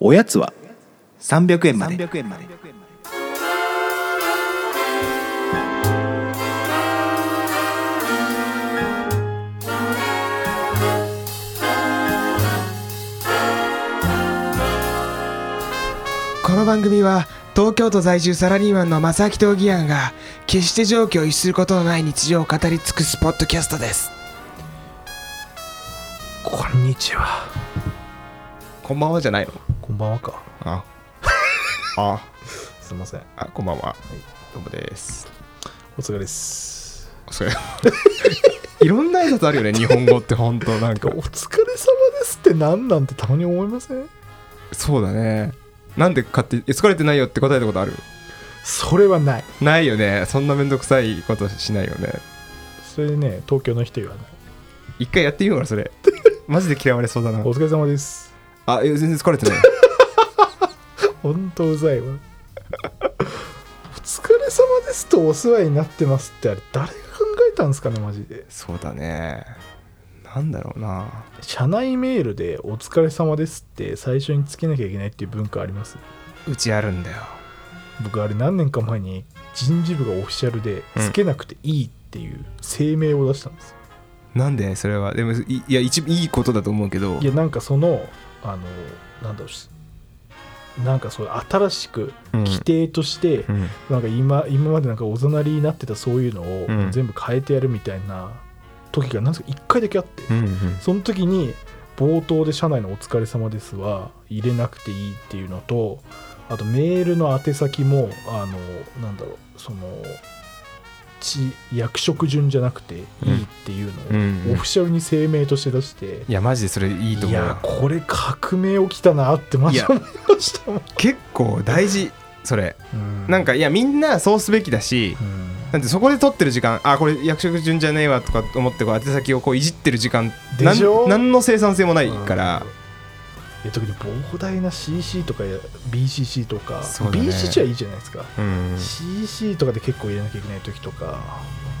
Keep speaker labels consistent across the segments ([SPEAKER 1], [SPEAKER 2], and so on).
[SPEAKER 1] おやつは
[SPEAKER 2] 300円まで
[SPEAKER 3] 300円まで
[SPEAKER 4] この番組は東京都在住サラリーマンの正木と義安が決して常軌を逸することのない日常を語り尽くすポッドキャストです
[SPEAKER 5] こんにちは
[SPEAKER 4] こんばんはじゃないの
[SPEAKER 5] こんばんはか
[SPEAKER 4] ああ
[SPEAKER 5] すいません
[SPEAKER 4] あこんばんは、どうもです
[SPEAKER 5] お疲れです
[SPEAKER 4] それ いろんな挨拶あるよね日本語って本当なん
[SPEAKER 5] お
[SPEAKER 4] か
[SPEAKER 5] 疲れ様ですって何なんてたまに思いません
[SPEAKER 4] そうだねなんでかって「え疲れてないよ」って答えたことある
[SPEAKER 5] それはない
[SPEAKER 4] ないよねそんなめんどくさいことしないよね
[SPEAKER 5] それね東京の人言わない
[SPEAKER 4] 一回やってみようかな それマジで嫌われそうだ な
[SPEAKER 5] お疲れ様です
[SPEAKER 4] あえ全然疲れてない
[SPEAKER 5] 本当うざいわお疲れ様ですとお世話になってますってあれ誰が考えたんですかねマジで
[SPEAKER 4] そうだねなんだろうな
[SPEAKER 5] 社内メールで「お疲れ様です」って最初につけなきゃいけないっていう文化あります
[SPEAKER 4] うちあるんだよ
[SPEAKER 5] 僕あれ何年か前に人事部がオフィシャルでつけなくていいっていう声明を出したんですよ、
[SPEAKER 4] なんでそれはでもいいや一いいことだと思うけど
[SPEAKER 5] いやなんかそのあのなんだろうしなんかそう新しく
[SPEAKER 4] うん
[SPEAKER 5] 規定として、
[SPEAKER 4] うん
[SPEAKER 5] なんか今今までなんかおざなりになってたそういうの
[SPEAKER 4] う
[SPEAKER 5] を
[SPEAKER 4] ん
[SPEAKER 5] 全部変えてやるみたいな時がなんですか1回だけあって、
[SPEAKER 4] うんうん
[SPEAKER 5] その時に冒頭で社内の「お疲れ様です」は入れなくていいっていうのとあとメールの宛先もあのなんだろうそのち役職順じゃなくていいっていう
[SPEAKER 4] うんうん
[SPEAKER 5] のをオフィシャルに声明として出して、
[SPEAKER 4] いやマジでそれいいと
[SPEAKER 5] い
[SPEAKER 4] 思うよ
[SPEAKER 5] やこれ革命起きたなってマジで思いましたもん
[SPEAKER 4] 結構大事それなん、かいやみんなそうすべきだし
[SPEAKER 5] うん
[SPEAKER 4] なんてそこで取ってる時間あこれ役職順じゃねえわとか思ってこう宛先をこういじってる時間
[SPEAKER 5] でしょ
[SPEAKER 4] なん何の生産性もないから
[SPEAKER 5] いや特に膨大な CC とかや BCC とか、
[SPEAKER 4] そうだね
[SPEAKER 5] BCC はいいじゃないですか、
[SPEAKER 4] うん
[SPEAKER 5] CC とかで結構入れなきゃいけない時とか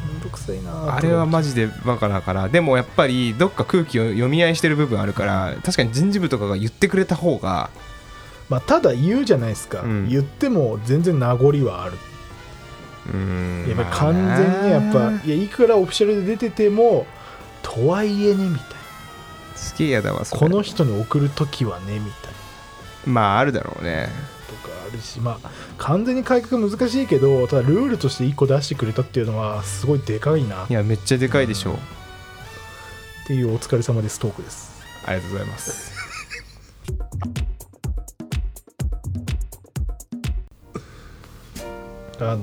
[SPEAKER 5] めんどくさいなぁと
[SPEAKER 4] あれはマジでバカだからでもやっぱりどっか空気を読み合いしてる部分あるから確かに人事部とかが言ってくれた方が
[SPEAKER 5] まあ、ただ言うじゃないですか、
[SPEAKER 4] うん
[SPEAKER 5] 言っても全然名残はある
[SPEAKER 4] うん
[SPEAKER 5] やっぱり完全にやっぱ、いやいくらオフィシャルで出ててもとはいえねみたいな
[SPEAKER 4] すげえ嫌だわそれ
[SPEAKER 5] この人に送る時はねみたいな
[SPEAKER 4] まああるだろうね
[SPEAKER 5] とかあるしまあ完全に改革難しいけどただルールとして1個出してくれたっていうのはすごいでかいない
[SPEAKER 4] やめっちゃでかいでしょう
[SPEAKER 5] っていうお疲れ様ですトークです
[SPEAKER 4] ありがとうございます
[SPEAKER 5] あのー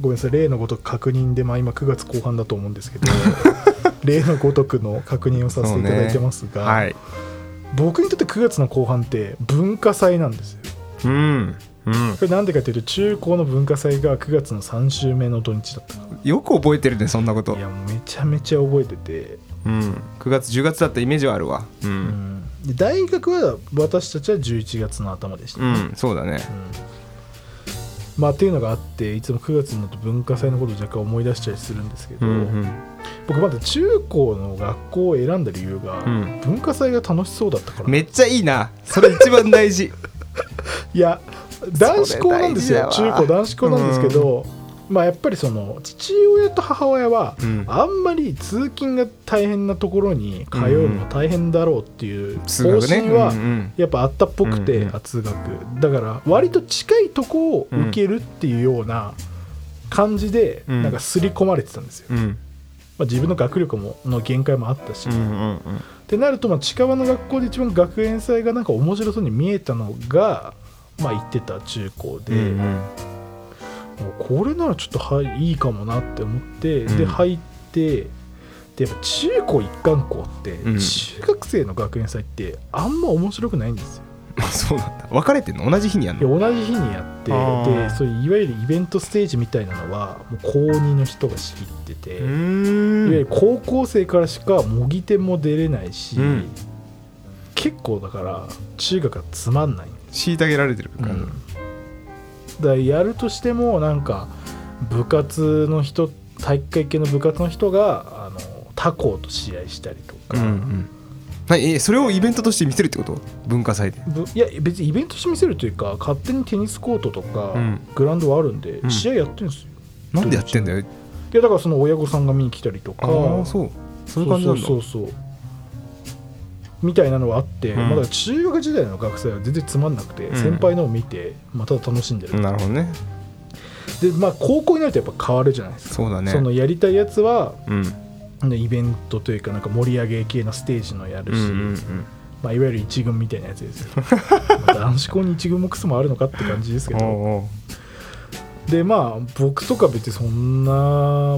[SPEAKER 5] ごめんなさい例のごとく確認で、まあ、今9月後半だと思うんで すけど例のごとくの確認をさせていただいてますが、
[SPEAKER 4] はい
[SPEAKER 5] 僕にとって9月の後半って文化祭なんですよ
[SPEAKER 4] うんうん
[SPEAKER 5] これなんでかっていうと中高の文化祭が9月の3週目の土日だったか
[SPEAKER 4] よく覚えてるねそんなこ
[SPEAKER 5] ら
[SPEAKER 4] と
[SPEAKER 5] いやもうめちゃめちゃ覚えてて、
[SPEAKER 4] うん9月10月だったイメージはあるわう
[SPEAKER 5] うんんで大学は私たちは11月の頭でした、
[SPEAKER 4] う
[SPEAKER 5] うん
[SPEAKER 4] んそうだね
[SPEAKER 5] まあっていうのがあっていつも9月になると文化祭のことを若干思い出したりするんですけ
[SPEAKER 4] う
[SPEAKER 5] ど、
[SPEAKER 4] んうん
[SPEAKER 5] 僕まだ中高の学校を選んだ理由が、
[SPEAKER 4] うん
[SPEAKER 5] 文化祭が楽しそうだったから
[SPEAKER 4] めっちゃいいなそれ一番大 事
[SPEAKER 5] いや男子校なんですよ
[SPEAKER 4] それ大事だ
[SPEAKER 5] 中
[SPEAKER 4] わ
[SPEAKER 5] 高男子校なんですけど、まあやっぱりその父親と母親は、
[SPEAKER 4] うん
[SPEAKER 5] あんまり通勤が大変なところに通うの大変だろうっていう方針は、
[SPEAKER 4] うんうん
[SPEAKER 5] やっぱあったっぽくて、
[SPEAKER 4] うんうん
[SPEAKER 5] あ通学だから割と近いとこを受けるっていうような感じで、
[SPEAKER 4] うん
[SPEAKER 5] なんか刷り込まれてたんですよ、
[SPEAKER 4] うん
[SPEAKER 5] まあ、自分の学力もの限界もあったし、
[SPEAKER 4] うんうんうん
[SPEAKER 5] ってなると、まあ、近場の学校で一番学園祭がなんか面白そうに見えたのが、まあ、行ってた中高で、
[SPEAKER 4] うんうん
[SPEAKER 5] もうこれならちょっとはいいいかもなって思って、
[SPEAKER 4] うん
[SPEAKER 5] で入ってでやっぱ中高一貫校って、
[SPEAKER 4] ん
[SPEAKER 5] 中学生の学園祭ってあんま面白くないんですよ。
[SPEAKER 4] あ そうなんだ別れてんの同じ日にやん
[SPEAKER 5] で
[SPEAKER 4] の
[SPEAKER 5] 同じ日にやって
[SPEAKER 4] あー
[SPEAKER 5] でそういういわゆるイベントステージみたいなのはもう高2の人が仕切ってて。
[SPEAKER 4] う
[SPEAKER 5] いわゆ
[SPEAKER 4] ー
[SPEAKER 5] る
[SPEAKER 4] ん
[SPEAKER 5] 高校生からしか模擬店も出れないし、
[SPEAKER 4] うん
[SPEAKER 5] 結構だから中学はつまんない、
[SPEAKER 4] 虐げられてるから
[SPEAKER 5] だからやるとしてもなんか部活の人体育会系の部活の人があの他校と試合したりとか、
[SPEAKER 4] うん
[SPEAKER 6] はい、えーそれをイベントとして見せるってこと文化祭で
[SPEAKER 5] ぶいや別にイベントして見せるというか勝手にテニスコートとか
[SPEAKER 6] うん
[SPEAKER 5] グラウンドはあるんで、
[SPEAKER 6] ん
[SPEAKER 5] 試合やってるんですよ
[SPEAKER 6] なんでやってんだよ
[SPEAKER 5] いやだからその親御さんが見に来たりとか
[SPEAKER 6] ああそうそういう感じなんだ
[SPEAKER 5] そうそうそうそうみたいなのはあって、
[SPEAKER 6] ん
[SPEAKER 5] まあだから中学時代の学祭は全然つまんなくて、
[SPEAKER 6] うん
[SPEAKER 5] 先輩のを見て、まあ、ただ楽しんでる、
[SPEAKER 6] なるほどね
[SPEAKER 5] でまあ高校になるとやっぱ変わるじゃないですか
[SPEAKER 6] そうだね
[SPEAKER 5] そのやりたいやつは
[SPEAKER 6] うん
[SPEAKER 5] ねイベントというかなんか盛り上げ系のステージのやる
[SPEAKER 6] うんう
[SPEAKER 5] し、
[SPEAKER 6] ん
[SPEAKER 5] まあ、いわゆる一軍みたいなやつ ですよまあ男子校に一軍もクソもあるのかって感じです
[SPEAKER 6] う
[SPEAKER 5] け
[SPEAKER 6] ん
[SPEAKER 5] ど
[SPEAKER 6] おうおう
[SPEAKER 5] でまあ僕とか別にそんな、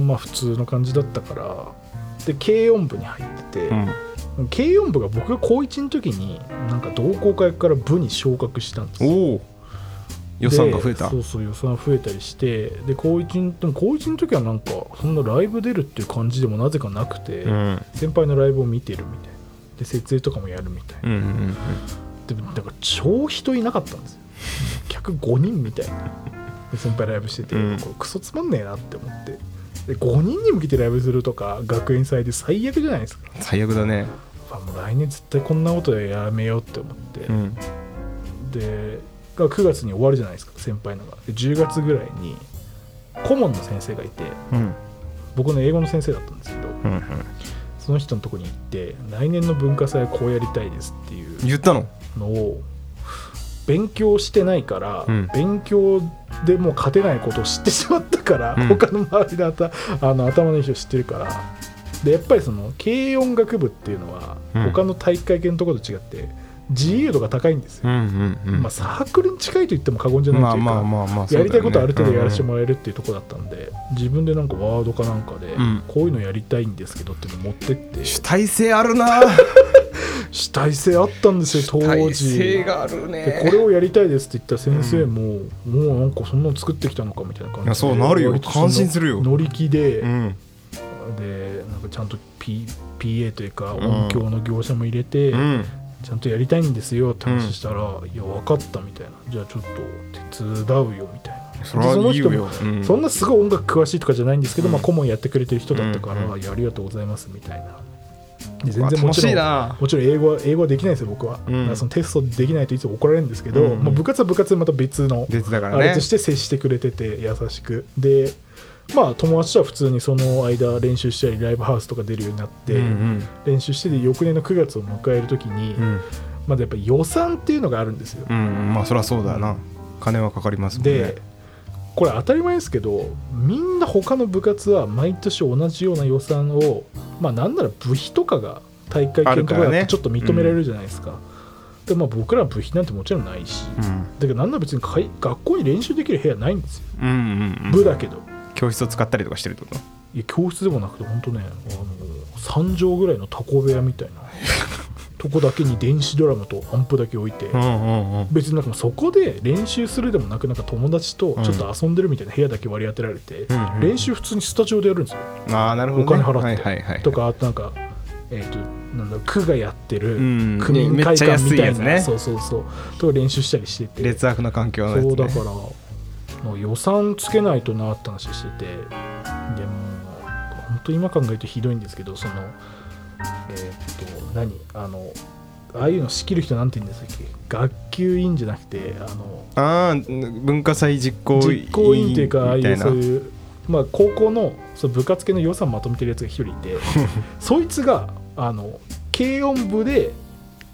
[SPEAKER 5] まあ、普通の感じだったからで軽音部に入ってて、
[SPEAKER 6] うん
[SPEAKER 5] 軽音部が僕が高1の時になんか同好会から部に昇格したんですよ
[SPEAKER 6] おお予算が増えた
[SPEAKER 5] でそうそう予算増えたりしてで高1のでも高1の時はなんかそんなライブ出るっていう感じでもなぜかなくて、
[SPEAKER 6] うん
[SPEAKER 5] 先輩のライブを見てるみたいなで設営とかもやるみたいな
[SPEAKER 6] うんうん
[SPEAKER 5] でもなんか超人いなかったんですよ客5人みたいなで先輩ライブしてて、
[SPEAKER 6] うん
[SPEAKER 5] これクソつまんねえなって思ってで5人に向けてライブするとか学園祭で最悪じゃないですか
[SPEAKER 6] 最悪だね
[SPEAKER 5] あもう来年絶対こんなことでやめようって思って、
[SPEAKER 6] ん
[SPEAKER 5] でが9月に終わるじゃないですか先輩のがで10月ぐらいに顧問の先生がいて
[SPEAKER 6] うん
[SPEAKER 5] 僕の英語の先生だったんですけど
[SPEAKER 6] うんうん
[SPEAKER 5] その人のとこに行って来年の文化祭はこうやりたいですっていう
[SPEAKER 6] 言ったの
[SPEAKER 5] のを勉強してないから、
[SPEAKER 6] うん
[SPEAKER 5] 勉強でもう勝てないことを知ってしまったから、
[SPEAKER 6] うん
[SPEAKER 5] 他の周りのあたあの頭のいい人知ってるからでやっぱりその軽音楽部っていうのは、
[SPEAKER 6] うん
[SPEAKER 5] 他の体育会系のところと違って自由度が高いんですよ、
[SPEAKER 6] うんうんうん
[SPEAKER 5] まあ、サークルに近いと言っても過言じゃない
[SPEAKER 6] ま
[SPEAKER 5] と
[SPEAKER 6] あ
[SPEAKER 5] いうか、
[SPEAKER 6] まあまあまあ
[SPEAKER 5] やりたいことある程度やらせて
[SPEAKER 6] ら
[SPEAKER 5] もらえるっていうところだったんで、自分でなんかワードかなんかで、
[SPEAKER 6] うん
[SPEAKER 5] こういうのやりたいんですけどっていうの持ってって
[SPEAKER 6] 主体性ある な
[SPEAKER 5] 主体性あったんですよ当
[SPEAKER 6] 主体
[SPEAKER 5] 時
[SPEAKER 6] 性がある
[SPEAKER 5] で
[SPEAKER 6] ね
[SPEAKER 5] これをやりたいですって言った先生も、もうなんかそんなの作ってきたのかみたいな感
[SPEAKER 6] い
[SPEAKER 5] じ
[SPEAKER 6] やそうなるよ
[SPEAKER 5] 割とその
[SPEAKER 6] 感心するよ
[SPEAKER 5] 乗り気で、
[SPEAKER 6] うん
[SPEAKER 5] でなんかちゃんと、P、PA というか音響の業者も入れて、
[SPEAKER 6] うん
[SPEAKER 5] ちゃんとやりたいんですよって話したら、いや分かったみたいなじゃあちょっと手伝うよみたいな
[SPEAKER 6] それはいい
[SPEAKER 5] で
[SPEAKER 6] ようん
[SPEAKER 5] そんなすごい音楽詳しいとかじゃないんですけど、まあ、顧問やってくれてる人だったから、
[SPEAKER 6] うん
[SPEAKER 5] いやありがとうございますみたいなで
[SPEAKER 6] うわ
[SPEAKER 5] 全然もち
[SPEAKER 6] 楽し
[SPEAKER 5] ろ
[SPEAKER 6] い
[SPEAKER 5] ん
[SPEAKER 6] な
[SPEAKER 5] もちろん英語は英語はできないですよ僕は、
[SPEAKER 6] うん
[SPEAKER 5] だからそのテストできないといつも怒られるんですけど、
[SPEAKER 6] うんうん
[SPEAKER 5] まあ、部活は部活でまた別の
[SPEAKER 6] 別だから
[SPEAKER 5] あ
[SPEAKER 6] ね
[SPEAKER 5] れとして接してくれてて優しくでまあ友達とは普通にその間練習したりライブハウスとか出るようになって、
[SPEAKER 6] うん
[SPEAKER 5] 練習してて翌年の9月を迎える時に、
[SPEAKER 6] うんうん
[SPEAKER 5] まだやっぱり予算っていうのがあるんですよ、
[SPEAKER 6] うんうんまあそりゃそうだよな金はかかりますもんね
[SPEAKER 5] でこれ当たり前ですけどみんな他の部活は毎年同じような予算をまあなんなら部費とかが大会系のとこ
[SPEAKER 6] ある
[SPEAKER 5] ろ
[SPEAKER 6] から
[SPEAKER 5] だ
[SPEAKER 6] ね
[SPEAKER 5] とちょっと認められるじゃないですか、でまあ僕らは部費なんてもちろんないし、
[SPEAKER 6] う
[SPEAKER 5] だ
[SPEAKER 6] ん
[SPEAKER 5] けどなんなら別にかい学校に練習できる部屋ないんですよ、
[SPEAKER 6] うんうんう
[SPEAKER 5] 部
[SPEAKER 6] ん
[SPEAKER 5] だけど
[SPEAKER 6] 教室を使ったりとかしてるってこと
[SPEAKER 5] いや教室でもなくて本当ねあの3畳ぐらいのタコ部屋みたい なとこだけに電子ドラムとアンプだけ置いて、
[SPEAKER 6] んうんうん
[SPEAKER 5] 別になんかもうそこで練習するでもなくなんか友達とちょっと遊んでるみたいな部屋だけ割り当てられて、
[SPEAKER 6] んうん
[SPEAKER 5] 練習普通にスタジオでやるんですよ、
[SPEAKER 6] ああなるほど、ね、
[SPEAKER 5] お金払って、
[SPEAKER 6] はいはいはい
[SPEAKER 5] とかあとなんかえっ、となんだろう区がやってる
[SPEAKER 6] うん
[SPEAKER 5] 区民会館みた
[SPEAKER 6] めっちゃ安いや
[SPEAKER 5] い
[SPEAKER 6] つ
[SPEAKER 5] な、
[SPEAKER 6] ね
[SPEAKER 5] そうそうそうとか練習したりしてて
[SPEAKER 6] 劣悪な環境のやつ、
[SPEAKER 5] そ
[SPEAKER 6] ね、
[SPEAKER 5] うだからもう予算つけないとなって話しててでも本当今考えるとひどいんですけどそのえーっと何あのああいうの仕切る人なんて言うんでしたっけ学級委員じゃなくてあの
[SPEAKER 6] ああ文化祭実行委員
[SPEAKER 5] 実行委員っていうかああい
[SPEAKER 6] みた
[SPEAKER 5] う
[SPEAKER 6] いな
[SPEAKER 5] そういう、まあ、高校のその部活系の予算まとめてるやつが一人い てそいつがあの軽音部で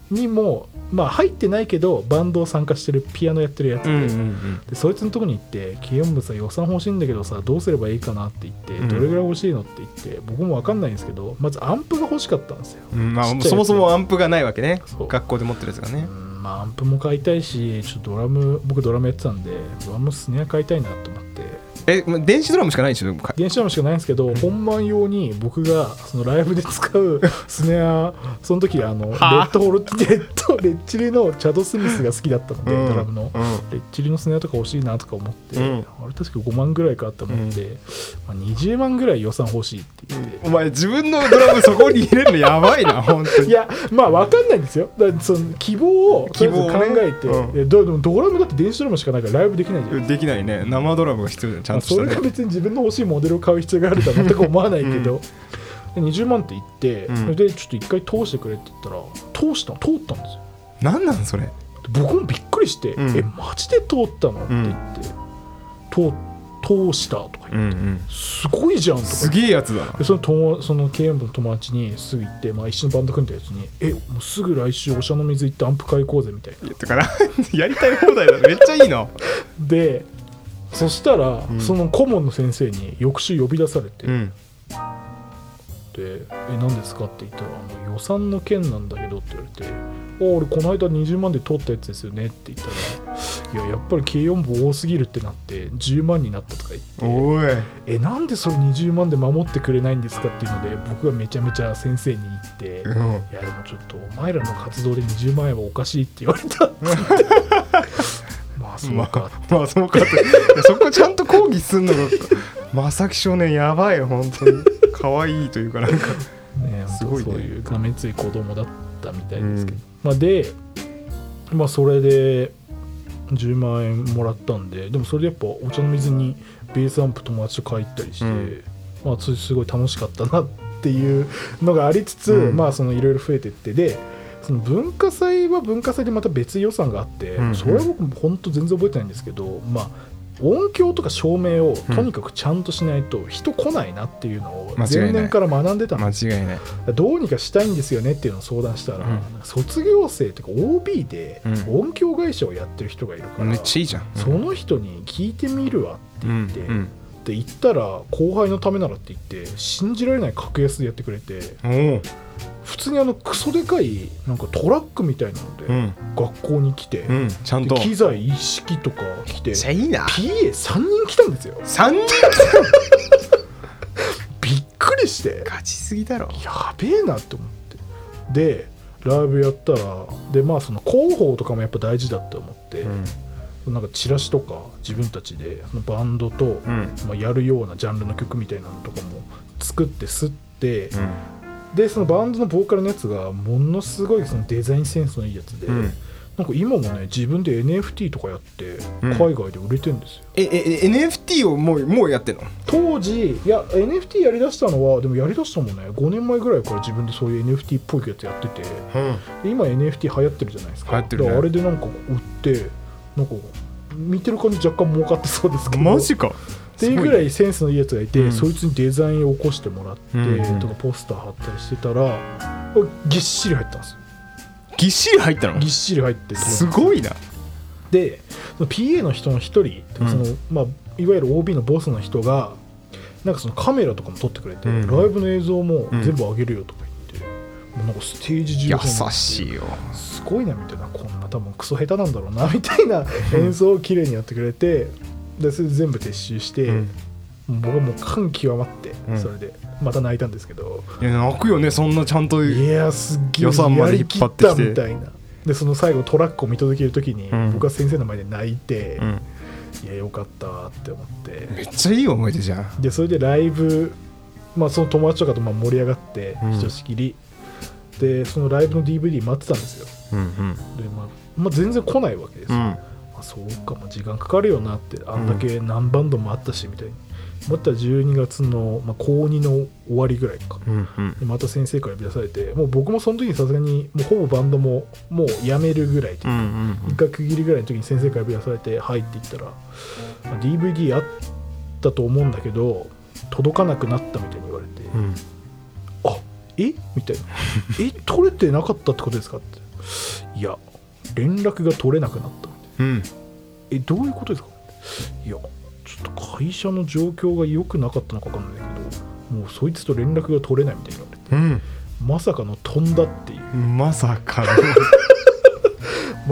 [SPEAKER 5] にも、まあ、入ってないけどバンドを参加してるピアノやってるやつで,、
[SPEAKER 6] うんうんうん
[SPEAKER 5] でそいつのとこに行って「軽音部さ予算欲しいんだけどさどうすればいいかな」って言って「
[SPEAKER 6] うん
[SPEAKER 5] どれぐらい欲しいの?」って言って僕も分かんないんですけどまずアンプが欲しかったんですよ。
[SPEAKER 6] うんまあ
[SPEAKER 5] ちっちゃいやつ
[SPEAKER 6] そもそもアンプがないわけね
[SPEAKER 5] そう
[SPEAKER 6] 学校で持ってるやつがね
[SPEAKER 5] うんまあアンプも買いたいしちょっとドラム僕ドラムやってたんでドラムスネア買いたいなと思って
[SPEAKER 6] えまあ電子ドラムしかないでしょでもか
[SPEAKER 5] 電子ドラムしかないんですけど、本番用に僕がそのライブで使う スネアその時あのレッドホルレッドレッチリのチャド・スミスが好きだったので、
[SPEAKER 6] うん
[SPEAKER 5] ドラムの。
[SPEAKER 6] う
[SPEAKER 5] レッチリのスネアとか欲しいなとか思って、
[SPEAKER 6] うん
[SPEAKER 5] あれ確か5万ぐらいかと思って、まあ、20万ぐらい予算欲しいって言って、
[SPEAKER 6] んお前自分のドラムそこに入れるのやばい な本当
[SPEAKER 5] い
[SPEAKER 6] に
[SPEAKER 5] やまあ分かんないんですよだからその希望をとりあえず考えて、
[SPEAKER 6] 希望をねうん
[SPEAKER 5] でどでもドラムだって電子ドラムしかないからライブできないじゃん
[SPEAKER 6] できないね生ドラムが必要だよちゃ
[SPEAKER 5] まあ
[SPEAKER 6] んとし
[SPEAKER 5] そ
[SPEAKER 6] た
[SPEAKER 5] れが
[SPEAKER 6] ね
[SPEAKER 5] 別に自分の欲しいモデルを買う必要があるとは全く思わないけど、で20万って言って、
[SPEAKER 4] うん
[SPEAKER 5] それでちょっと一回通してくれって言ったら通したの通ったんですよ
[SPEAKER 4] なんなんそれ
[SPEAKER 5] で僕もびっくりして「
[SPEAKER 4] うん
[SPEAKER 5] えマジで通ったの?」って言って「通通した」とか言って
[SPEAKER 4] ん
[SPEAKER 5] 「すごいじゃん」とか言って
[SPEAKER 4] すげえやつだな
[SPEAKER 5] でその友その経営部の友達にすぐ行って、まあ、一緒のバンド組んだやつに「えもうすぐ来週お茶の水行ってアンプ買い行こうぜ」みたいな
[SPEAKER 4] だから やりたい放題だめっちゃいいな
[SPEAKER 5] でそしたら、
[SPEAKER 4] ん
[SPEAKER 5] その顧問の先生に翌週呼び出されて「
[SPEAKER 4] ん
[SPEAKER 5] でえ何ですか?」って言ったらあの「予算の件なんだけど」って言われて「あ俺この間20万で取ったやつですよね」って言ったら「いややっぱり軽音部多すぎるってなって10万になった」とか言って
[SPEAKER 4] おい
[SPEAKER 5] えなんでそれ20万で守ってくれないんですかっていうので僕がめちゃめちゃ先生に言って「
[SPEAKER 4] うん
[SPEAKER 5] いやでもちょっとお前らの活動で20万円はおかしい」って言われ たまあそう
[SPEAKER 4] ま
[SPEAKER 5] か
[SPEAKER 4] あ、まあそうかっていやそこちゃんと抗議すんのがまさき少年やばいよ本当に可愛いというかなんか
[SPEAKER 5] ね
[SPEAKER 4] すごいね
[SPEAKER 5] そういうがめつい子供だったみたいですけど、まあ、で、まあ、それで10万円もらったんででもそれでやっぱお茶の水にベースアンプ友達と帰ったりして、
[SPEAKER 4] うん
[SPEAKER 5] まあ、それすごい楽しかったなっていうのがありつつ、
[SPEAKER 4] うん
[SPEAKER 5] まあそのいろいろ増えてってでその文化祭は文化祭でまた別予算があって、
[SPEAKER 4] うんうん
[SPEAKER 5] それは僕も本当全然覚えてないんですけどまあ音響とか照明をとにかくちゃんとしないと人来ないなっていうのを
[SPEAKER 4] 間違いな
[SPEAKER 5] 前
[SPEAKER 4] い
[SPEAKER 5] 年から学んでたんですよ
[SPEAKER 4] 違いない
[SPEAKER 5] どうにかしたいんですよねっていうのを相談したら、
[SPEAKER 4] う
[SPEAKER 5] 卒業生というか OB で
[SPEAKER 4] うん
[SPEAKER 5] 音響会社をやってる人がいるから、
[SPEAKER 4] ゃいいじゃん
[SPEAKER 5] その人に聞いてみるわって
[SPEAKER 4] う
[SPEAKER 5] 言
[SPEAKER 4] ん
[SPEAKER 5] って、
[SPEAKER 4] うん
[SPEAKER 5] で行ったら後輩のためならって言って信じられない格安でやってくれて
[SPEAKER 4] おー
[SPEAKER 5] 普通にあのクソでかいなんかトラックみたいなの
[SPEAKER 4] う
[SPEAKER 5] で
[SPEAKER 4] ん
[SPEAKER 5] 学校に来て、
[SPEAKER 4] うんちゃん
[SPEAKER 5] で
[SPEAKER 4] と
[SPEAKER 5] 機材一式とか来て
[SPEAKER 4] めっちゃいいな
[SPEAKER 5] PA3 人来たんですよ
[SPEAKER 4] 3人
[SPEAKER 5] びっくりして
[SPEAKER 4] 勝ちすぎだろ
[SPEAKER 5] やべえなって思ってでライブやったらでまあその広報とかもやっぱ大事だって思って、なんかチラシとか自分たちでそのバンドと、
[SPEAKER 4] うん
[SPEAKER 5] まあ、やるようなジャンルの曲みたいなのとかも作って吸って、でそのバンドのボーカルのやつがものすごいそのデザインセンスのいいやつで、
[SPEAKER 4] うん
[SPEAKER 5] なんか今もね自分で NFT とかやって
[SPEAKER 4] うん
[SPEAKER 5] 海外で売れてるんですよ、
[SPEAKER 4] えええ NFT をもうもうやってんの
[SPEAKER 5] 当時いや NFT やりだしたのはでもやりだしたもんね5年前ぐらいから自分でそういう NFT っぽいやつやってて、
[SPEAKER 4] うん
[SPEAKER 5] 今 NFT 流行ってるじゃないですか
[SPEAKER 4] 流行ってるね
[SPEAKER 5] だからあれでなんか売ってなんか見てる感じ若干儲かってそうですけど
[SPEAKER 4] マジかっ
[SPEAKER 5] っていうぐらいセンスのいいやつがいて、
[SPEAKER 4] うん
[SPEAKER 5] そいつにデザインを起こしてもらっ
[SPEAKER 4] う
[SPEAKER 5] て、
[SPEAKER 4] んうん
[SPEAKER 5] とかポスター貼ったりしてたらぎっしり入ったんですよ
[SPEAKER 4] ぎっしり入ったの
[SPEAKER 5] ぎっしり入って
[SPEAKER 4] すごいな
[SPEAKER 5] でその PA の人の一人、
[SPEAKER 4] うん
[SPEAKER 5] そのまあ、いわゆる OB のボスの人がなんかそのカメラとかも撮ってくれて、
[SPEAKER 4] うん
[SPEAKER 5] ライブの映像も
[SPEAKER 4] うん
[SPEAKER 5] 全部あげるよとか言って、もうなんかステージ中
[SPEAKER 4] 優
[SPEAKER 5] に
[SPEAKER 4] しいよ
[SPEAKER 5] すごいなみたいなこんな多分クソ下手なんだろうなみ たいな演奏を綺麗にやってくれてでそれ全部撤収して、僕はもう感極まって、
[SPEAKER 4] うん
[SPEAKER 5] それでまた泣いたんですけど、
[SPEAKER 4] いや泣くよねそんなちゃんと
[SPEAKER 5] いやーすっげえ
[SPEAKER 4] 予算まで引っ張ってきて
[SPEAKER 5] やりきったみたいなでその最後トラックを見届ける時に、
[SPEAKER 4] うん
[SPEAKER 5] 僕は先生の前で泣いて、
[SPEAKER 4] うん
[SPEAKER 5] いやよかったーって思って
[SPEAKER 4] めっちゃいい思い出じゃん
[SPEAKER 5] でそれでライブ、まあ、その友達とかとまあ盛り上がって
[SPEAKER 4] うん
[SPEAKER 5] ひとしきり、でそのライブの DVD 待ってたんですよ
[SPEAKER 4] うんうん
[SPEAKER 5] で、まあまあ、全然来ないわけですよ、
[SPEAKER 4] うん
[SPEAKER 5] あそうかも時間かかるよなってあんだけ何バンドもあったしみたいに思ったら12月の、まあ、高2の終わりぐらいか
[SPEAKER 4] うんうん
[SPEAKER 5] でまた先生から呼び出されてもう僕もその時にさすがにもうほぼバンドももうやめるぐらいと
[SPEAKER 4] う
[SPEAKER 5] いうん一回区切りぐらいの時に先生から呼び出されて「はい」って言ったら「まあ DVD あったと思うんだけど届かなくなった」みたいに言われて「
[SPEAKER 4] うん
[SPEAKER 5] あえ みたいな「え取れてなかったってことですか?」って「いや連絡が取れなくなった」
[SPEAKER 4] うん
[SPEAKER 5] えどういうことですかいやちょっと会社の状況が良くなかったのか分かんないけどもうそいつと連絡が取れないみたいに言われて
[SPEAKER 4] うん
[SPEAKER 5] まさかの飛んだっていう
[SPEAKER 4] うんまさかの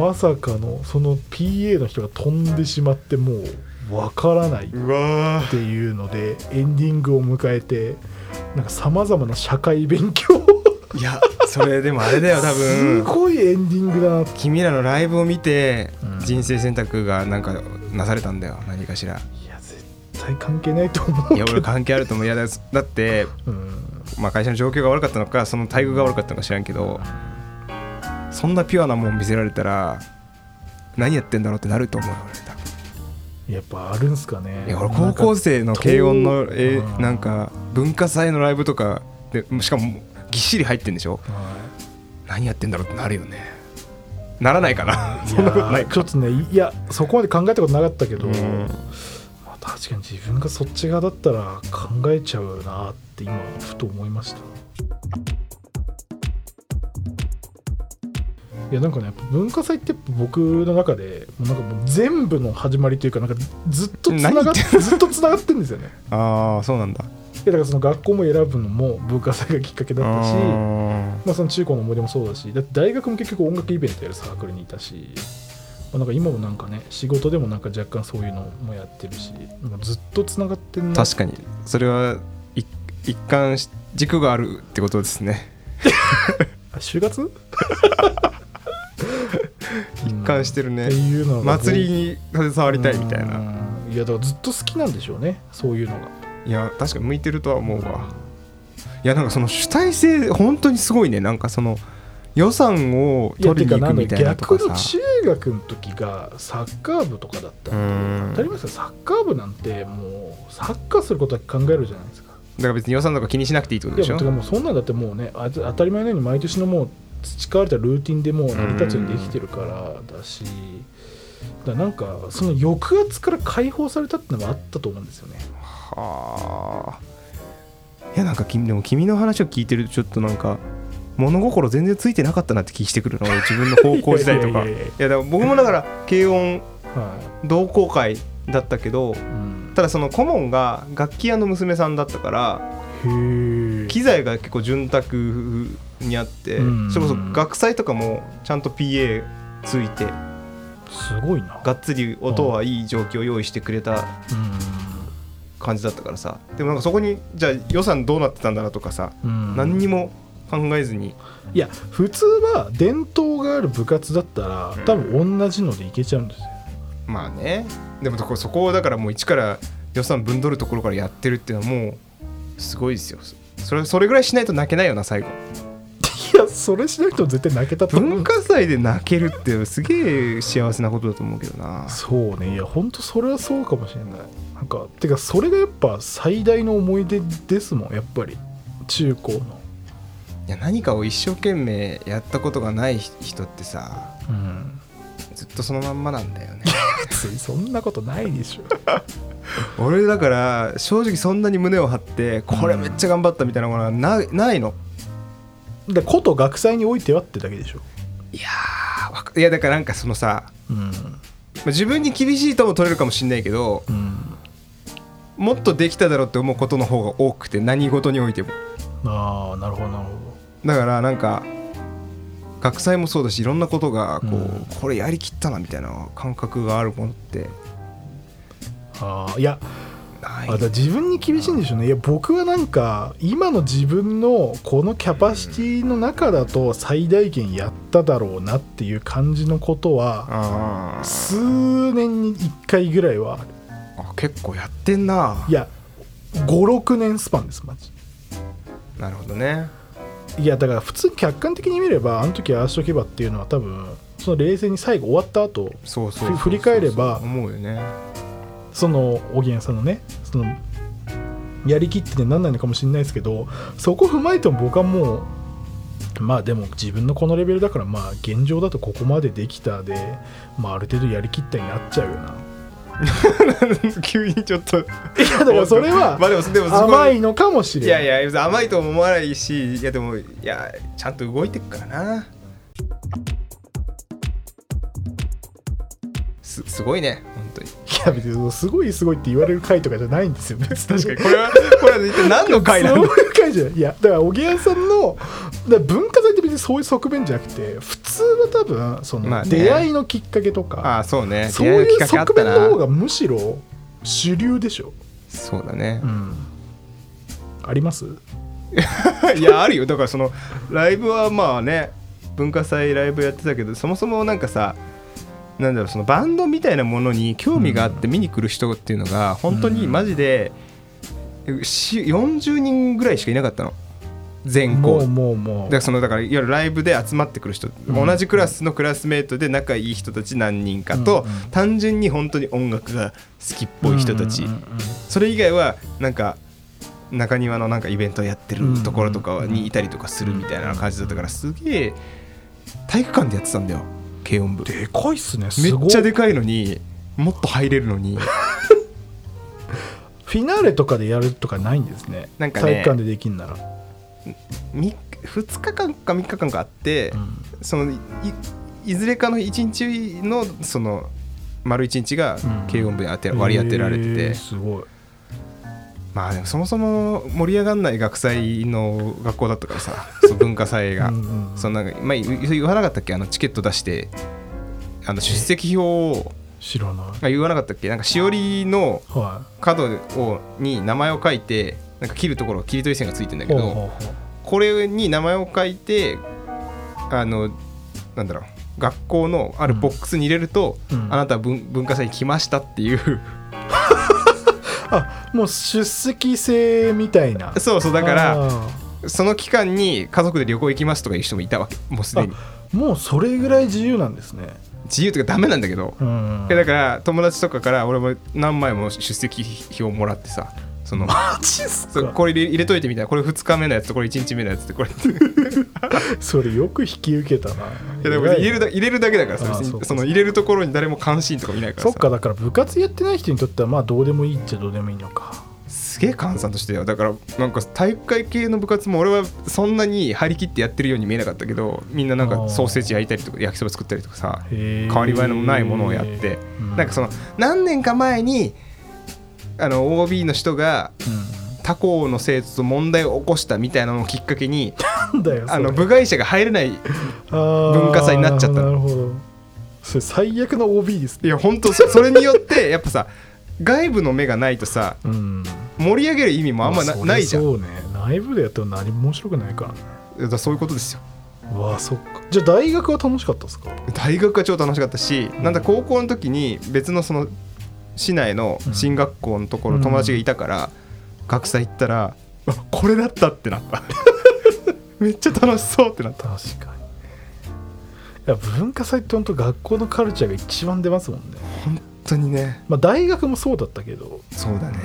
[SPEAKER 5] まさかのその PA の人が飛んでしまってもう分からないっ
[SPEAKER 4] うわ
[SPEAKER 5] ていうのでエンディングを迎えてなんかさまざまな社会勉強を
[SPEAKER 4] ーいやそれでもあれだよ多
[SPEAKER 5] す
[SPEAKER 4] 分
[SPEAKER 5] ごいエンディングだなって
[SPEAKER 4] 君らのライブを見て
[SPEAKER 5] うん
[SPEAKER 4] 人生選択がなんかなされたんだよ何かしら
[SPEAKER 5] いや絶対関係ないと思う
[SPEAKER 4] い
[SPEAKER 5] け
[SPEAKER 4] や
[SPEAKER 5] ど
[SPEAKER 4] 俺関係あると思ういやだだって、
[SPEAKER 5] うん
[SPEAKER 4] まあ、会社の状況が悪かったのかその待遇が悪かったのか知らんけどそんなピュアなもん見せられたら何やってんだろうってなると思うよ俺多分
[SPEAKER 5] やっぱあるんすかね
[SPEAKER 4] いや俺高校生の軽音の
[SPEAKER 5] なんか
[SPEAKER 4] え
[SPEAKER 5] うん
[SPEAKER 4] なんか文化祭のライブとかでしかももうぎっしり入ってんでしょ
[SPEAKER 5] は
[SPEAKER 4] 何やってんだろうってなるよねならないかな
[SPEAKER 5] い
[SPEAKER 4] そんなことない
[SPEAKER 5] やーちょ
[SPEAKER 4] か
[SPEAKER 5] っとねいやそこまで考えたことなかったけど、
[SPEAKER 4] うん
[SPEAKER 5] まあ確かに自分がそっち側だったら考えちゃうなって今ふと思いましたいやなんかねやっぱ文化祭って僕の中でもうなんかもう全部の始まりというかなんかずっとつなが
[SPEAKER 4] 何言
[SPEAKER 5] っ
[SPEAKER 4] って
[SPEAKER 5] てずっとつながってんですよね
[SPEAKER 4] ああそうなんだ
[SPEAKER 5] いやだからその学校も選ぶのも文化祭がきっかけだったし
[SPEAKER 4] あ
[SPEAKER 5] まあ、その中高の思い出もそうだしだって大学も結局音楽イベントやるサークルにいたし、まあ、なんか今もなんかね仕事でもなんか若干そういうのもやってるしなんかずっとつながってん
[SPEAKER 4] ー
[SPEAKER 5] な
[SPEAKER 4] 確かにそれはい一貫し軸があるってことですね
[SPEAKER 5] あ就 活一
[SPEAKER 4] 一貫してるね
[SPEAKER 5] っていうのが
[SPEAKER 4] 祭りに携わりたいみたいな
[SPEAKER 5] うんいやだからずっと好きなんでしょうねそういうのが
[SPEAKER 4] いや確かに向いてるとは思うわいやなんかその主体性本当にすごいねなんかその予算を
[SPEAKER 5] いや
[SPEAKER 4] 取りに行くみたいなと
[SPEAKER 5] てか
[SPEAKER 4] か
[SPEAKER 5] なんだ逆の
[SPEAKER 4] さ
[SPEAKER 5] 中学の時がサッカー部とかだった
[SPEAKER 4] う
[SPEAKER 5] ら
[SPEAKER 4] ん
[SPEAKER 5] 当
[SPEAKER 4] だ
[SPEAKER 5] た
[SPEAKER 4] か
[SPEAKER 5] り前ですよサッカー部なんてもうサッカーすることだけ考えるじゃないですから
[SPEAKER 4] 別に予算とか気にしなくていいってこと
[SPEAKER 5] い
[SPEAKER 4] で
[SPEAKER 5] や
[SPEAKER 4] しょ
[SPEAKER 5] てかもうそんなんだってもうねあ当たり前のように毎年のもう培われたルーティンでもう成り立つようにできてるからだしだからなんかその抑圧から解放されたってのもあったと思うんですよね
[SPEAKER 4] はあいやなんか君でも君の話を聞いてるとちょっとなんか物心全然ついてなかったなって気してくるの 俺自分の高校時代とか
[SPEAKER 5] いやいやい
[SPEAKER 4] い
[SPEAKER 5] やいや
[SPEAKER 4] やでも僕もだから軽音
[SPEAKER 5] は
[SPEAKER 4] 同好会だったけど
[SPEAKER 5] い、うん
[SPEAKER 4] ただその顧問が楽器屋の娘さんだったから
[SPEAKER 5] へえ
[SPEAKER 4] 機材が結構潤沢にあって
[SPEAKER 5] うん
[SPEAKER 4] それこそ学祭とかもちゃんと PA ついて
[SPEAKER 5] すごいな
[SPEAKER 4] がっつり音はいい状況を用意してくれた感じだったからさでもなんかそこにじゃあ予算どうなってたんだなとかさ
[SPEAKER 5] うん、うん
[SPEAKER 4] 何にも考えずに
[SPEAKER 5] いや普通は伝統がある部活だったら多分同じのでいけちゃうんですよ
[SPEAKER 4] まあねでもそこそこをだからもう一から予算分取るところからやってるっていうのはもうすごいですよそそれそれぐらいしないと泣けないよな最後
[SPEAKER 5] いやそれしないと絶対泣けたと思う
[SPEAKER 4] 文化祭で泣けるってすげえ幸せなことだと思うけどな
[SPEAKER 5] そうねいや本当それはそうかもしれないなんかてかそれがやっぱ最大の思い出ですもんやっぱり中高の
[SPEAKER 4] いや何かを一生懸命やったことがない人ってさ
[SPEAKER 5] うん
[SPEAKER 4] ずっとそのまんまなんだよね
[SPEAKER 5] 別にそんなことないでしょ
[SPEAKER 4] 俺だから正直そんなに胸を張ってこれめっちゃ頑張ったみたいなものはなないの
[SPEAKER 5] でこと学祭においてはってだけでしょ
[SPEAKER 4] いやーわかいやだからなんかそのさ
[SPEAKER 5] うん
[SPEAKER 4] まあ自分に厳しいとも取れるかもしれないけど
[SPEAKER 5] うん
[SPEAKER 4] もっとできただろうって思うことの方が多くて何事においても
[SPEAKER 5] ああなるほどなるほ
[SPEAKER 4] だからなんか学祭もそうだしいろんなことがこう、
[SPEAKER 5] うん
[SPEAKER 4] これやりきったなみたいな感覚があるものって
[SPEAKER 5] どああいや
[SPEAKER 4] ない
[SPEAKER 5] あだから自分に厳しいんでしょうねいや僕はなんか今の自分のこのキャパシティの中だと最大限やっただろうなっていう感じのことは
[SPEAKER 4] あー
[SPEAKER 5] 数年に1回ぐらいは
[SPEAKER 4] あ結構やってんない
[SPEAKER 5] や56年スパンですマジ
[SPEAKER 4] なるほどね
[SPEAKER 5] いやだから普通に客観的に見ればあの時ああしとけばっていうのは多分その冷静に最後終わった後
[SPEAKER 4] そうそうそうそう
[SPEAKER 5] ふ振り返れば
[SPEAKER 4] 思うよね
[SPEAKER 5] そのおげんさんのねそのやりきっててなんないのかもしれないですけどそこ踏まえても僕はもうまあでも自分のこのレベルだからまあ現状だとここまでできたで、まあ、ある程度やりきったになっちゃうよな
[SPEAKER 4] 急にちょっと
[SPEAKER 5] いやだからそれ は
[SPEAKER 4] まあでもでもすご
[SPEAKER 5] 甘いのかもしれない
[SPEAKER 4] いやいや別に甘いとも思わないしいやでもいやちゃんと動いてっからなすすごいね本当に
[SPEAKER 5] いや別にすごいすごいって言われる回とかじゃないんですよ別に
[SPEAKER 4] 確かにこれはこれは一体何の回なん
[SPEAKER 5] そう
[SPEAKER 4] だ
[SPEAKER 5] いう回じゃないいやだからおぎやさんのだから文化財って別にそういう側面じゃなくて普通は多分その、
[SPEAKER 4] まあね
[SPEAKER 5] 出会いのきっかけとか
[SPEAKER 4] ああそうね
[SPEAKER 5] そうい
[SPEAKER 4] 出会
[SPEAKER 5] う
[SPEAKER 4] のきっか
[SPEAKER 5] 側
[SPEAKER 4] け
[SPEAKER 5] 面
[SPEAKER 4] あった
[SPEAKER 5] の方
[SPEAKER 4] な
[SPEAKER 5] がむしろ主流でしょ、
[SPEAKER 4] そうだね
[SPEAKER 5] うん、あります
[SPEAKER 4] いやあるよだからそのライブはまあね文化祭ライブやってたけどそもそもなんかさなんだろうそのバンドみたいなものに興味があって見に来る人っていうのが本当にマジでし40人ぐらいしかいなかったの全校
[SPEAKER 5] もうもう
[SPEAKER 4] だか
[SPEAKER 5] もう
[SPEAKER 4] らそのだからいわゆるライブで集まってくる人、
[SPEAKER 5] うん
[SPEAKER 4] 同じクラスのクラスメートで仲いい人たち何人かと、
[SPEAKER 5] うんうん
[SPEAKER 4] 単純に本当に音楽が好きっぽい人たち、
[SPEAKER 5] うんうんうんうん
[SPEAKER 4] それ以外はなんか中庭のなんかイベントやってるところとかにいたりとかするみたいな感じだったからすげえ体育館でやってたんだよ軽音部
[SPEAKER 5] でかいっすね
[SPEAKER 4] め
[SPEAKER 5] すごい
[SPEAKER 4] っちゃでかいのにもっと入れるのに
[SPEAKER 5] フィナーレとかでやるとかないんですね
[SPEAKER 4] なんかね
[SPEAKER 5] 体育館でできんなら、
[SPEAKER 4] 2, 日間か3日間かあって、
[SPEAKER 5] うん
[SPEAKER 4] そのいいずれかの1日のその丸1日が軽音部に当て、割り当てられてて、
[SPEAKER 5] えーすごい
[SPEAKER 4] まあでもそもそも盛り上がんない学祭の学校だったから さそう文化祭が
[SPEAKER 5] うんうんうん
[SPEAKER 4] そのなんか、まあ、言言わなかったっけあのチケット出してあの出席表を
[SPEAKER 5] 知らない
[SPEAKER 4] あ言わなかったっけなんかしおりの
[SPEAKER 5] は
[SPEAKER 4] 角をに名前を書いてなんか切るところ切り取り線がついてんだ
[SPEAKER 5] い
[SPEAKER 4] け
[SPEAKER 5] ほう
[SPEAKER 4] ど
[SPEAKER 5] ほうほう
[SPEAKER 4] これに名前を書いてあのなんだろう学校のあるボックスに入れると、
[SPEAKER 5] うん
[SPEAKER 4] あなたは文文化祭に来ましたっていう
[SPEAKER 5] あもう出席制みたいな
[SPEAKER 4] そうそうだから
[SPEAKER 5] あー
[SPEAKER 4] その期間に家族で旅行行きますとかいう人もいたわけもうすでに
[SPEAKER 5] もうそれぐらい自由なんですね
[SPEAKER 4] 自由というかダメなんだけど、
[SPEAKER 5] うん
[SPEAKER 4] だから友達とかから俺も何枚も出席表もらってさその
[SPEAKER 5] マジっす
[SPEAKER 4] そう
[SPEAKER 5] か
[SPEAKER 4] これ入れ入れといてみたいなこれ2日目のやつとこれ1日目のやつってこれい
[SPEAKER 5] それよく引き受けたな
[SPEAKER 4] やでも別に入れるだ入れるだけだからさ
[SPEAKER 5] あ
[SPEAKER 4] 別
[SPEAKER 5] そう
[SPEAKER 4] に
[SPEAKER 5] か
[SPEAKER 4] その入れるところに誰も関心とか見ないから
[SPEAKER 5] そ
[SPEAKER 4] さ
[SPEAKER 5] っかだから部活やってない人にとってはまあどうでもいいっちゃどうでもいいのか
[SPEAKER 4] すげえ閑散としてたよだからなんか体育会系の部活も俺はそんなに張り切ってやってるように見えなかったけどみんななん
[SPEAKER 5] あー
[SPEAKER 4] かソーセージ焼いたりとか焼きそば作ったりとかさ
[SPEAKER 5] 変
[SPEAKER 4] 変わり映えのないものをやって、なんかそ
[SPEAKER 5] の、
[SPEAKER 4] の何年か前にあの OB の人が
[SPEAKER 5] うん
[SPEAKER 4] 他校の生徒と問題を起こしたみたいなのをきっかけに
[SPEAKER 5] なんだよそれ
[SPEAKER 4] あの部外者が入れない文
[SPEAKER 5] 文
[SPEAKER 4] 化祭になっちゃった
[SPEAKER 5] な
[SPEAKER 4] の
[SPEAKER 5] るほどそれ最悪の OB です
[SPEAKER 4] い
[SPEAKER 5] ね
[SPEAKER 4] や本当そそれによってやっぱさ外部の目がないとさ
[SPEAKER 5] うん
[SPEAKER 4] 盛り上げる意味もあんまな,、
[SPEAKER 5] それ
[SPEAKER 4] ないじゃんい
[SPEAKER 5] そうね内部でやっても何も面白くないからね
[SPEAKER 4] やだからそういうことですよ
[SPEAKER 5] うわあそっかじゃあ大学は楽しかったですか
[SPEAKER 4] 大学が超楽しかったし、
[SPEAKER 5] ん
[SPEAKER 4] なんだ高校の時に別のその市内の進学校のとこ
[SPEAKER 5] う
[SPEAKER 4] ろ
[SPEAKER 5] ん
[SPEAKER 4] 友達がいたから、学祭行ったらあこれだったってなった めっちゃ楽しそうってなった
[SPEAKER 5] 確かにいや文化祭って本当学校のカルチャーが一番出ますもんね
[SPEAKER 4] 本当にね
[SPEAKER 5] まあ大学もそうだったけど
[SPEAKER 4] そうだね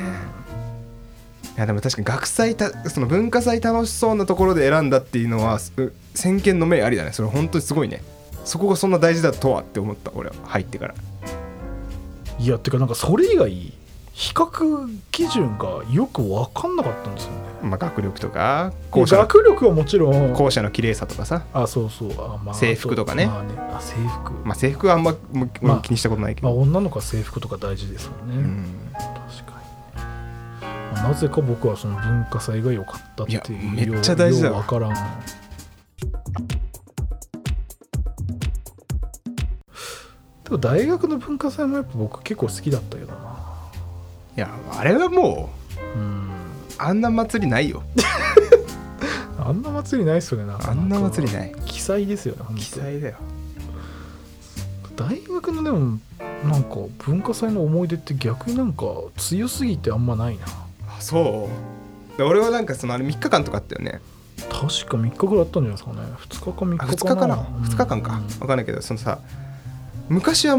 [SPEAKER 4] いやでも確かに学祭たその文化祭楽しそうなところで選んだっていうのはす先見の明ありだねそれ本当にすごいねそこがそんな大事だとはって思った俺は入ってから
[SPEAKER 5] いやてかなんかそれ以外比較基準がよく分かんなかったんですよね
[SPEAKER 4] まあ学力とか校舎の
[SPEAKER 5] 学力はもちろん
[SPEAKER 4] 校舎の綺麗さとかさ
[SPEAKER 5] あそうそうあ、まあ、
[SPEAKER 4] 制服とかね
[SPEAKER 5] まあ、あ制服、
[SPEAKER 4] まあ制服はあんまむ俺
[SPEAKER 5] まあ
[SPEAKER 4] 気にしたことないけ
[SPEAKER 5] まあ、
[SPEAKER 4] ど、
[SPEAKER 5] 女の子は制服とか大事ですもんね、
[SPEAKER 4] うん
[SPEAKER 5] 確かに、まあなぜか僕はその文化祭が良かったっていう
[SPEAKER 4] いやめっちゃ大事だわ
[SPEAKER 5] 分からんでも大学の文化祭もやっぱ僕結構好きだったけどない
[SPEAKER 4] やあれはも
[SPEAKER 5] うん
[SPEAKER 4] うあんな祭りないよ
[SPEAKER 5] あんな祭りないっすよねなかなか
[SPEAKER 4] あんな祭りない
[SPEAKER 5] 奇祭ですよね本当
[SPEAKER 4] 記載だよ
[SPEAKER 5] 大学のでもなんか文化祭の思い出って逆になんか強すぎてあんまないな
[SPEAKER 4] あそうで俺はなんかそのあれ3日間とかあったよね
[SPEAKER 5] 確か3日ぐらいあったんじゃないですかね2日か3日
[SPEAKER 4] あ
[SPEAKER 5] か
[SPEAKER 4] 2日かな
[SPEAKER 5] うん
[SPEAKER 4] 2日間か分かんないけどそのさ昔は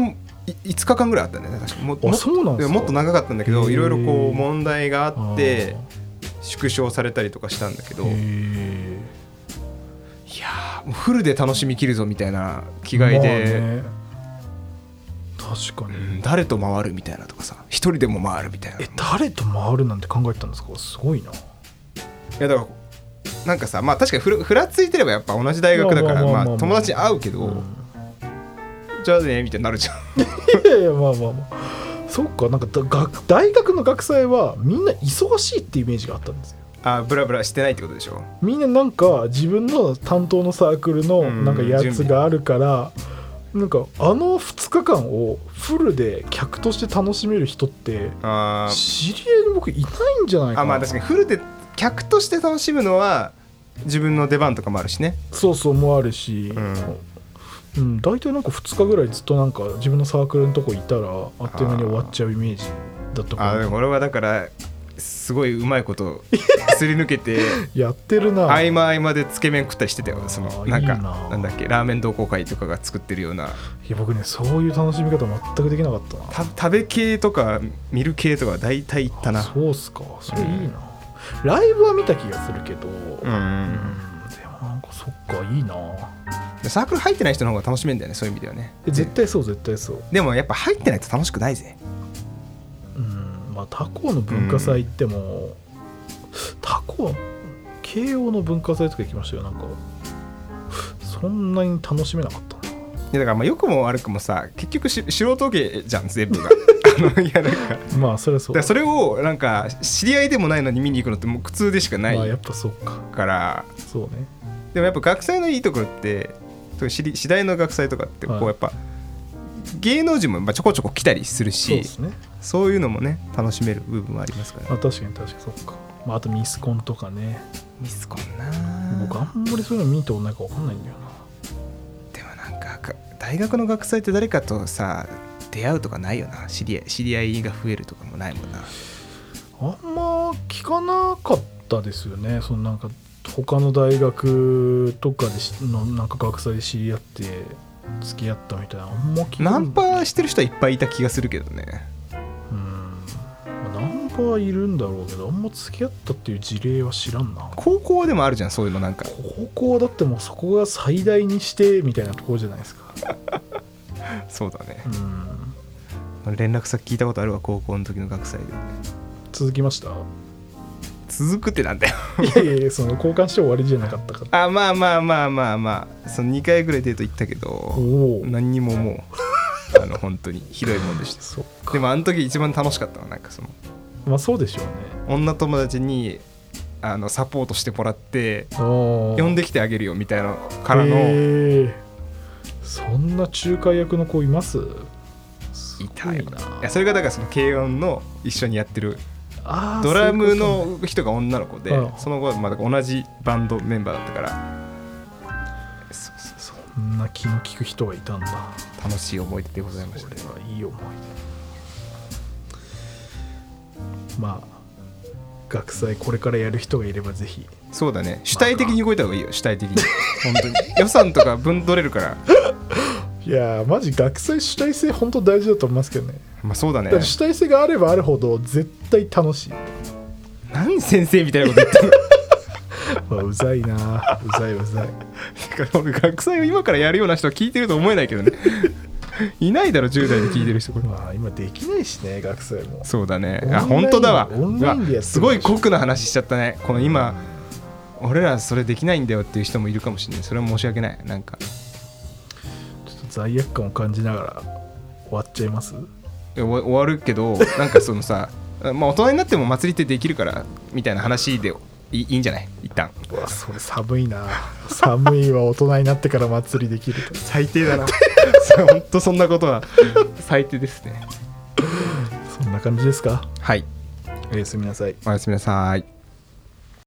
[SPEAKER 4] い5日間ぐらいあったんだよね確かもも
[SPEAKER 5] あそうなん
[SPEAKER 4] で
[SPEAKER 5] ですか
[SPEAKER 4] もっと長かったんだけ
[SPEAKER 5] へ
[SPEAKER 4] ど
[SPEAKER 5] ー
[SPEAKER 4] いろいろこう問題があって
[SPEAKER 5] あ
[SPEAKER 4] 縮小されたりとかしたんだけど
[SPEAKER 5] ー
[SPEAKER 4] い
[SPEAKER 5] へ
[SPEAKER 4] や
[SPEAKER 5] ー
[SPEAKER 4] ーもうフルで楽しみきるぞみたいな着替えで、
[SPEAKER 5] まあね確かに、
[SPEAKER 4] うん誰と回るみたいなとかさ一人でも回るみたいない
[SPEAKER 5] え誰と回るなんて考えてたんですかすごいな
[SPEAKER 4] やだからなんかさまあ確かにふらふらついてればやっぱ同じ大学だから
[SPEAKER 5] まあまあまあまあ
[SPEAKER 4] まあ友達に会うけど、
[SPEAKER 5] うん
[SPEAKER 4] じゃあねみたいになるじゃん
[SPEAKER 5] いやいやまあまあまあそっかなんかだ学大学の学祭はみんな忙しいってイメージがあったんですよ
[SPEAKER 4] あブラブラしてないってことでしょ
[SPEAKER 5] みんななんか自分の担当のサークルの
[SPEAKER 4] うん
[SPEAKER 5] なんかやつがあるから、なんかあの2日間をフルで客として楽しめる人って
[SPEAKER 4] あー
[SPEAKER 5] 知り合いに僕いないんじゃないかな
[SPEAKER 4] あまあ確かにフルで客として楽しむのは自分の出番とかもあるしね
[SPEAKER 5] そうそうもあるし、
[SPEAKER 4] うん
[SPEAKER 5] うん大体なんか2日ぐらいずっとなんか自分のサークルのとこいたらあっという間に終わっちゃうイメージだった
[SPEAKER 4] あ
[SPEAKER 5] か
[SPEAKER 4] でも俺
[SPEAKER 5] ら
[SPEAKER 4] はだからすごいうまい ことすり抜けて
[SPEAKER 5] やってるな、
[SPEAKER 4] 合間合間でつけ麺食ったりしてたよその
[SPEAKER 5] あー
[SPEAKER 4] なんか
[SPEAKER 5] いいな
[SPEAKER 4] なんだっけラーメン同好会とかが作ってるようない
[SPEAKER 5] や僕ねそういう楽しみ方全くできなかったな
[SPEAKER 4] た食べ系とか見る系とか大体いったな
[SPEAKER 5] そうっすかそれいいな、ライブは見た気がするけど、
[SPEAKER 4] う
[SPEAKER 5] うん
[SPEAKER 4] ん
[SPEAKER 5] でもなんかそっかいいな
[SPEAKER 4] サークル入ってない人の方が楽しめんだよねそういう意味ではね
[SPEAKER 5] え絶対そう絶対そう
[SPEAKER 4] でもやっぱ入ってないと楽しくないぜ
[SPEAKER 5] うんまあ他校の文化祭行っても、他校慶応の文化祭とか行きましたよなんかそんなに楽しめなかったない
[SPEAKER 4] やだからまあ良くも悪くもさ結局し素人芸じゃん全 部があのいやなんかだか
[SPEAKER 5] まあそれはそう
[SPEAKER 4] らそれをなんか知り合いでもないのに見に行くのってもう苦痛でしかな
[SPEAKER 5] まあや
[SPEAKER 4] い
[SPEAKER 5] っぱそうか
[SPEAKER 4] から
[SPEAKER 5] そうね
[SPEAKER 4] でもやっぱ学祭のいいところってそういう知り次第の学祭とかってこ
[SPEAKER 5] はいう
[SPEAKER 4] やっぱ、芸能人もまあちょこちょこ来たりする
[SPEAKER 5] そう
[SPEAKER 4] し
[SPEAKER 5] ですね
[SPEAKER 4] そういうのもね楽しめる部分はありますから
[SPEAKER 5] あ確かに確かにそっか、まあ、あとミスコンとかね
[SPEAKER 4] ミスコンな
[SPEAKER 5] 僕あんまりそういうの見たことないから分かんないんだよな
[SPEAKER 4] でもなんかか大学の学祭って誰かとさ出会うとかないよな知り合い知り合いが増えるとかもないもんな
[SPEAKER 5] あんま聞かなかったですよねそのなんか他の大学とかでしのなんか学祭で知り合って付き合ったみたいなあんま聞いた
[SPEAKER 4] ナンパしてる人はいっぱいいた気がするけどね
[SPEAKER 5] うんまあナンパはいるんだろうけどあんま付き合ったっていう事例は知らんな
[SPEAKER 4] 高校でもあるじゃんそういうのなんか
[SPEAKER 5] 高校はだってもうそこが最大にしてみたいなところじゃないですか
[SPEAKER 4] そうだね
[SPEAKER 5] うん
[SPEAKER 4] 連絡先聞いたことあるわ高校の時の学祭で
[SPEAKER 5] 続きましたい
[SPEAKER 4] 続くってなんだよ
[SPEAKER 5] やいやいやその交換して終わりじゃなかったから
[SPEAKER 4] あまあまあまあまあまあその2回ぐらいデート行ったけ
[SPEAKER 5] お
[SPEAKER 4] ど
[SPEAKER 5] おー
[SPEAKER 4] 何にももうあの本当にひどいもんでした
[SPEAKER 5] そっか
[SPEAKER 4] でもあの時一番楽しかったのはなんかその
[SPEAKER 5] まあそうでしょうね
[SPEAKER 4] 女友達にあのサポートしてもらって
[SPEAKER 5] ああ
[SPEAKER 4] 呼んできてあげるよみたいなのからの、
[SPEAKER 5] へえそんな仲介役の子いますす
[SPEAKER 4] い
[SPEAKER 5] ご
[SPEAKER 4] た
[SPEAKER 5] い
[SPEAKER 4] よ
[SPEAKER 5] ない
[SPEAKER 4] やそれがだからその軽音の一緒にやってる
[SPEAKER 5] あー
[SPEAKER 4] ドラム
[SPEAKER 5] そういうこ
[SPEAKER 4] の人が女の子で
[SPEAKER 5] うん
[SPEAKER 4] その後まあ同じバンドメンバーだったからそうそうそう
[SPEAKER 5] とそんな気の利く人がいたんだ
[SPEAKER 4] 楽しい思い出でございまし
[SPEAKER 5] そ
[SPEAKER 4] た
[SPEAKER 5] れはいい思い出まあ学祭これからやる人がいればぜひ
[SPEAKER 4] そうだね主体的に動いた方がいいよ主体 的に本当に予算とか分取れるから
[SPEAKER 5] いやーマジ学祭主体性本当大事だと思いますけどね
[SPEAKER 4] まあそうだね
[SPEAKER 5] だから主体性があればあるほど絶対楽 しい、
[SPEAKER 4] 何先生みたいなこと言ってる
[SPEAKER 5] まあ、うざいなうざいうざい
[SPEAKER 4] だから俺学祭を今からやるような人は聞いてると思えないけど ねいないだろ10代で聞いてる人これ
[SPEAKER 5] まあ今できないしね学祭も
[SPEAKER 4] そうだね
[SPEAKER 5] オンライ
[SPEAKER 4] あ
[SPEAKER 5] ン
[SPEAKER 4] 本当だわ
[SPEAKER 5] オンラインでやってる
[SPEAKER 4] うわすごい酷な話しちゃったねこの今俺らそれできないんだよっていう人もいるかもしれないそれは申し訳ないなんか
[SPEAKER 5] ちょっと罪悪感を感じながら終わっちゃいます
[SPEAKER 4] いや終わ終わるけ どなんかそのさまあ大人になっても祭りってできるからみたいな話でいいいんじゃない一 旦
[SPEAKER 5] うわそれ寒いな寒いは大人になってから祭りできると
[SPEAKER 4] 最低 だな本当そんなことは最低ですね
[SPEAKER 5] そんな感じですか
[SPEAKER 4] はい
[SPEAKER 5] おやすみなさい
[SPEAKER 4] おやすみなさい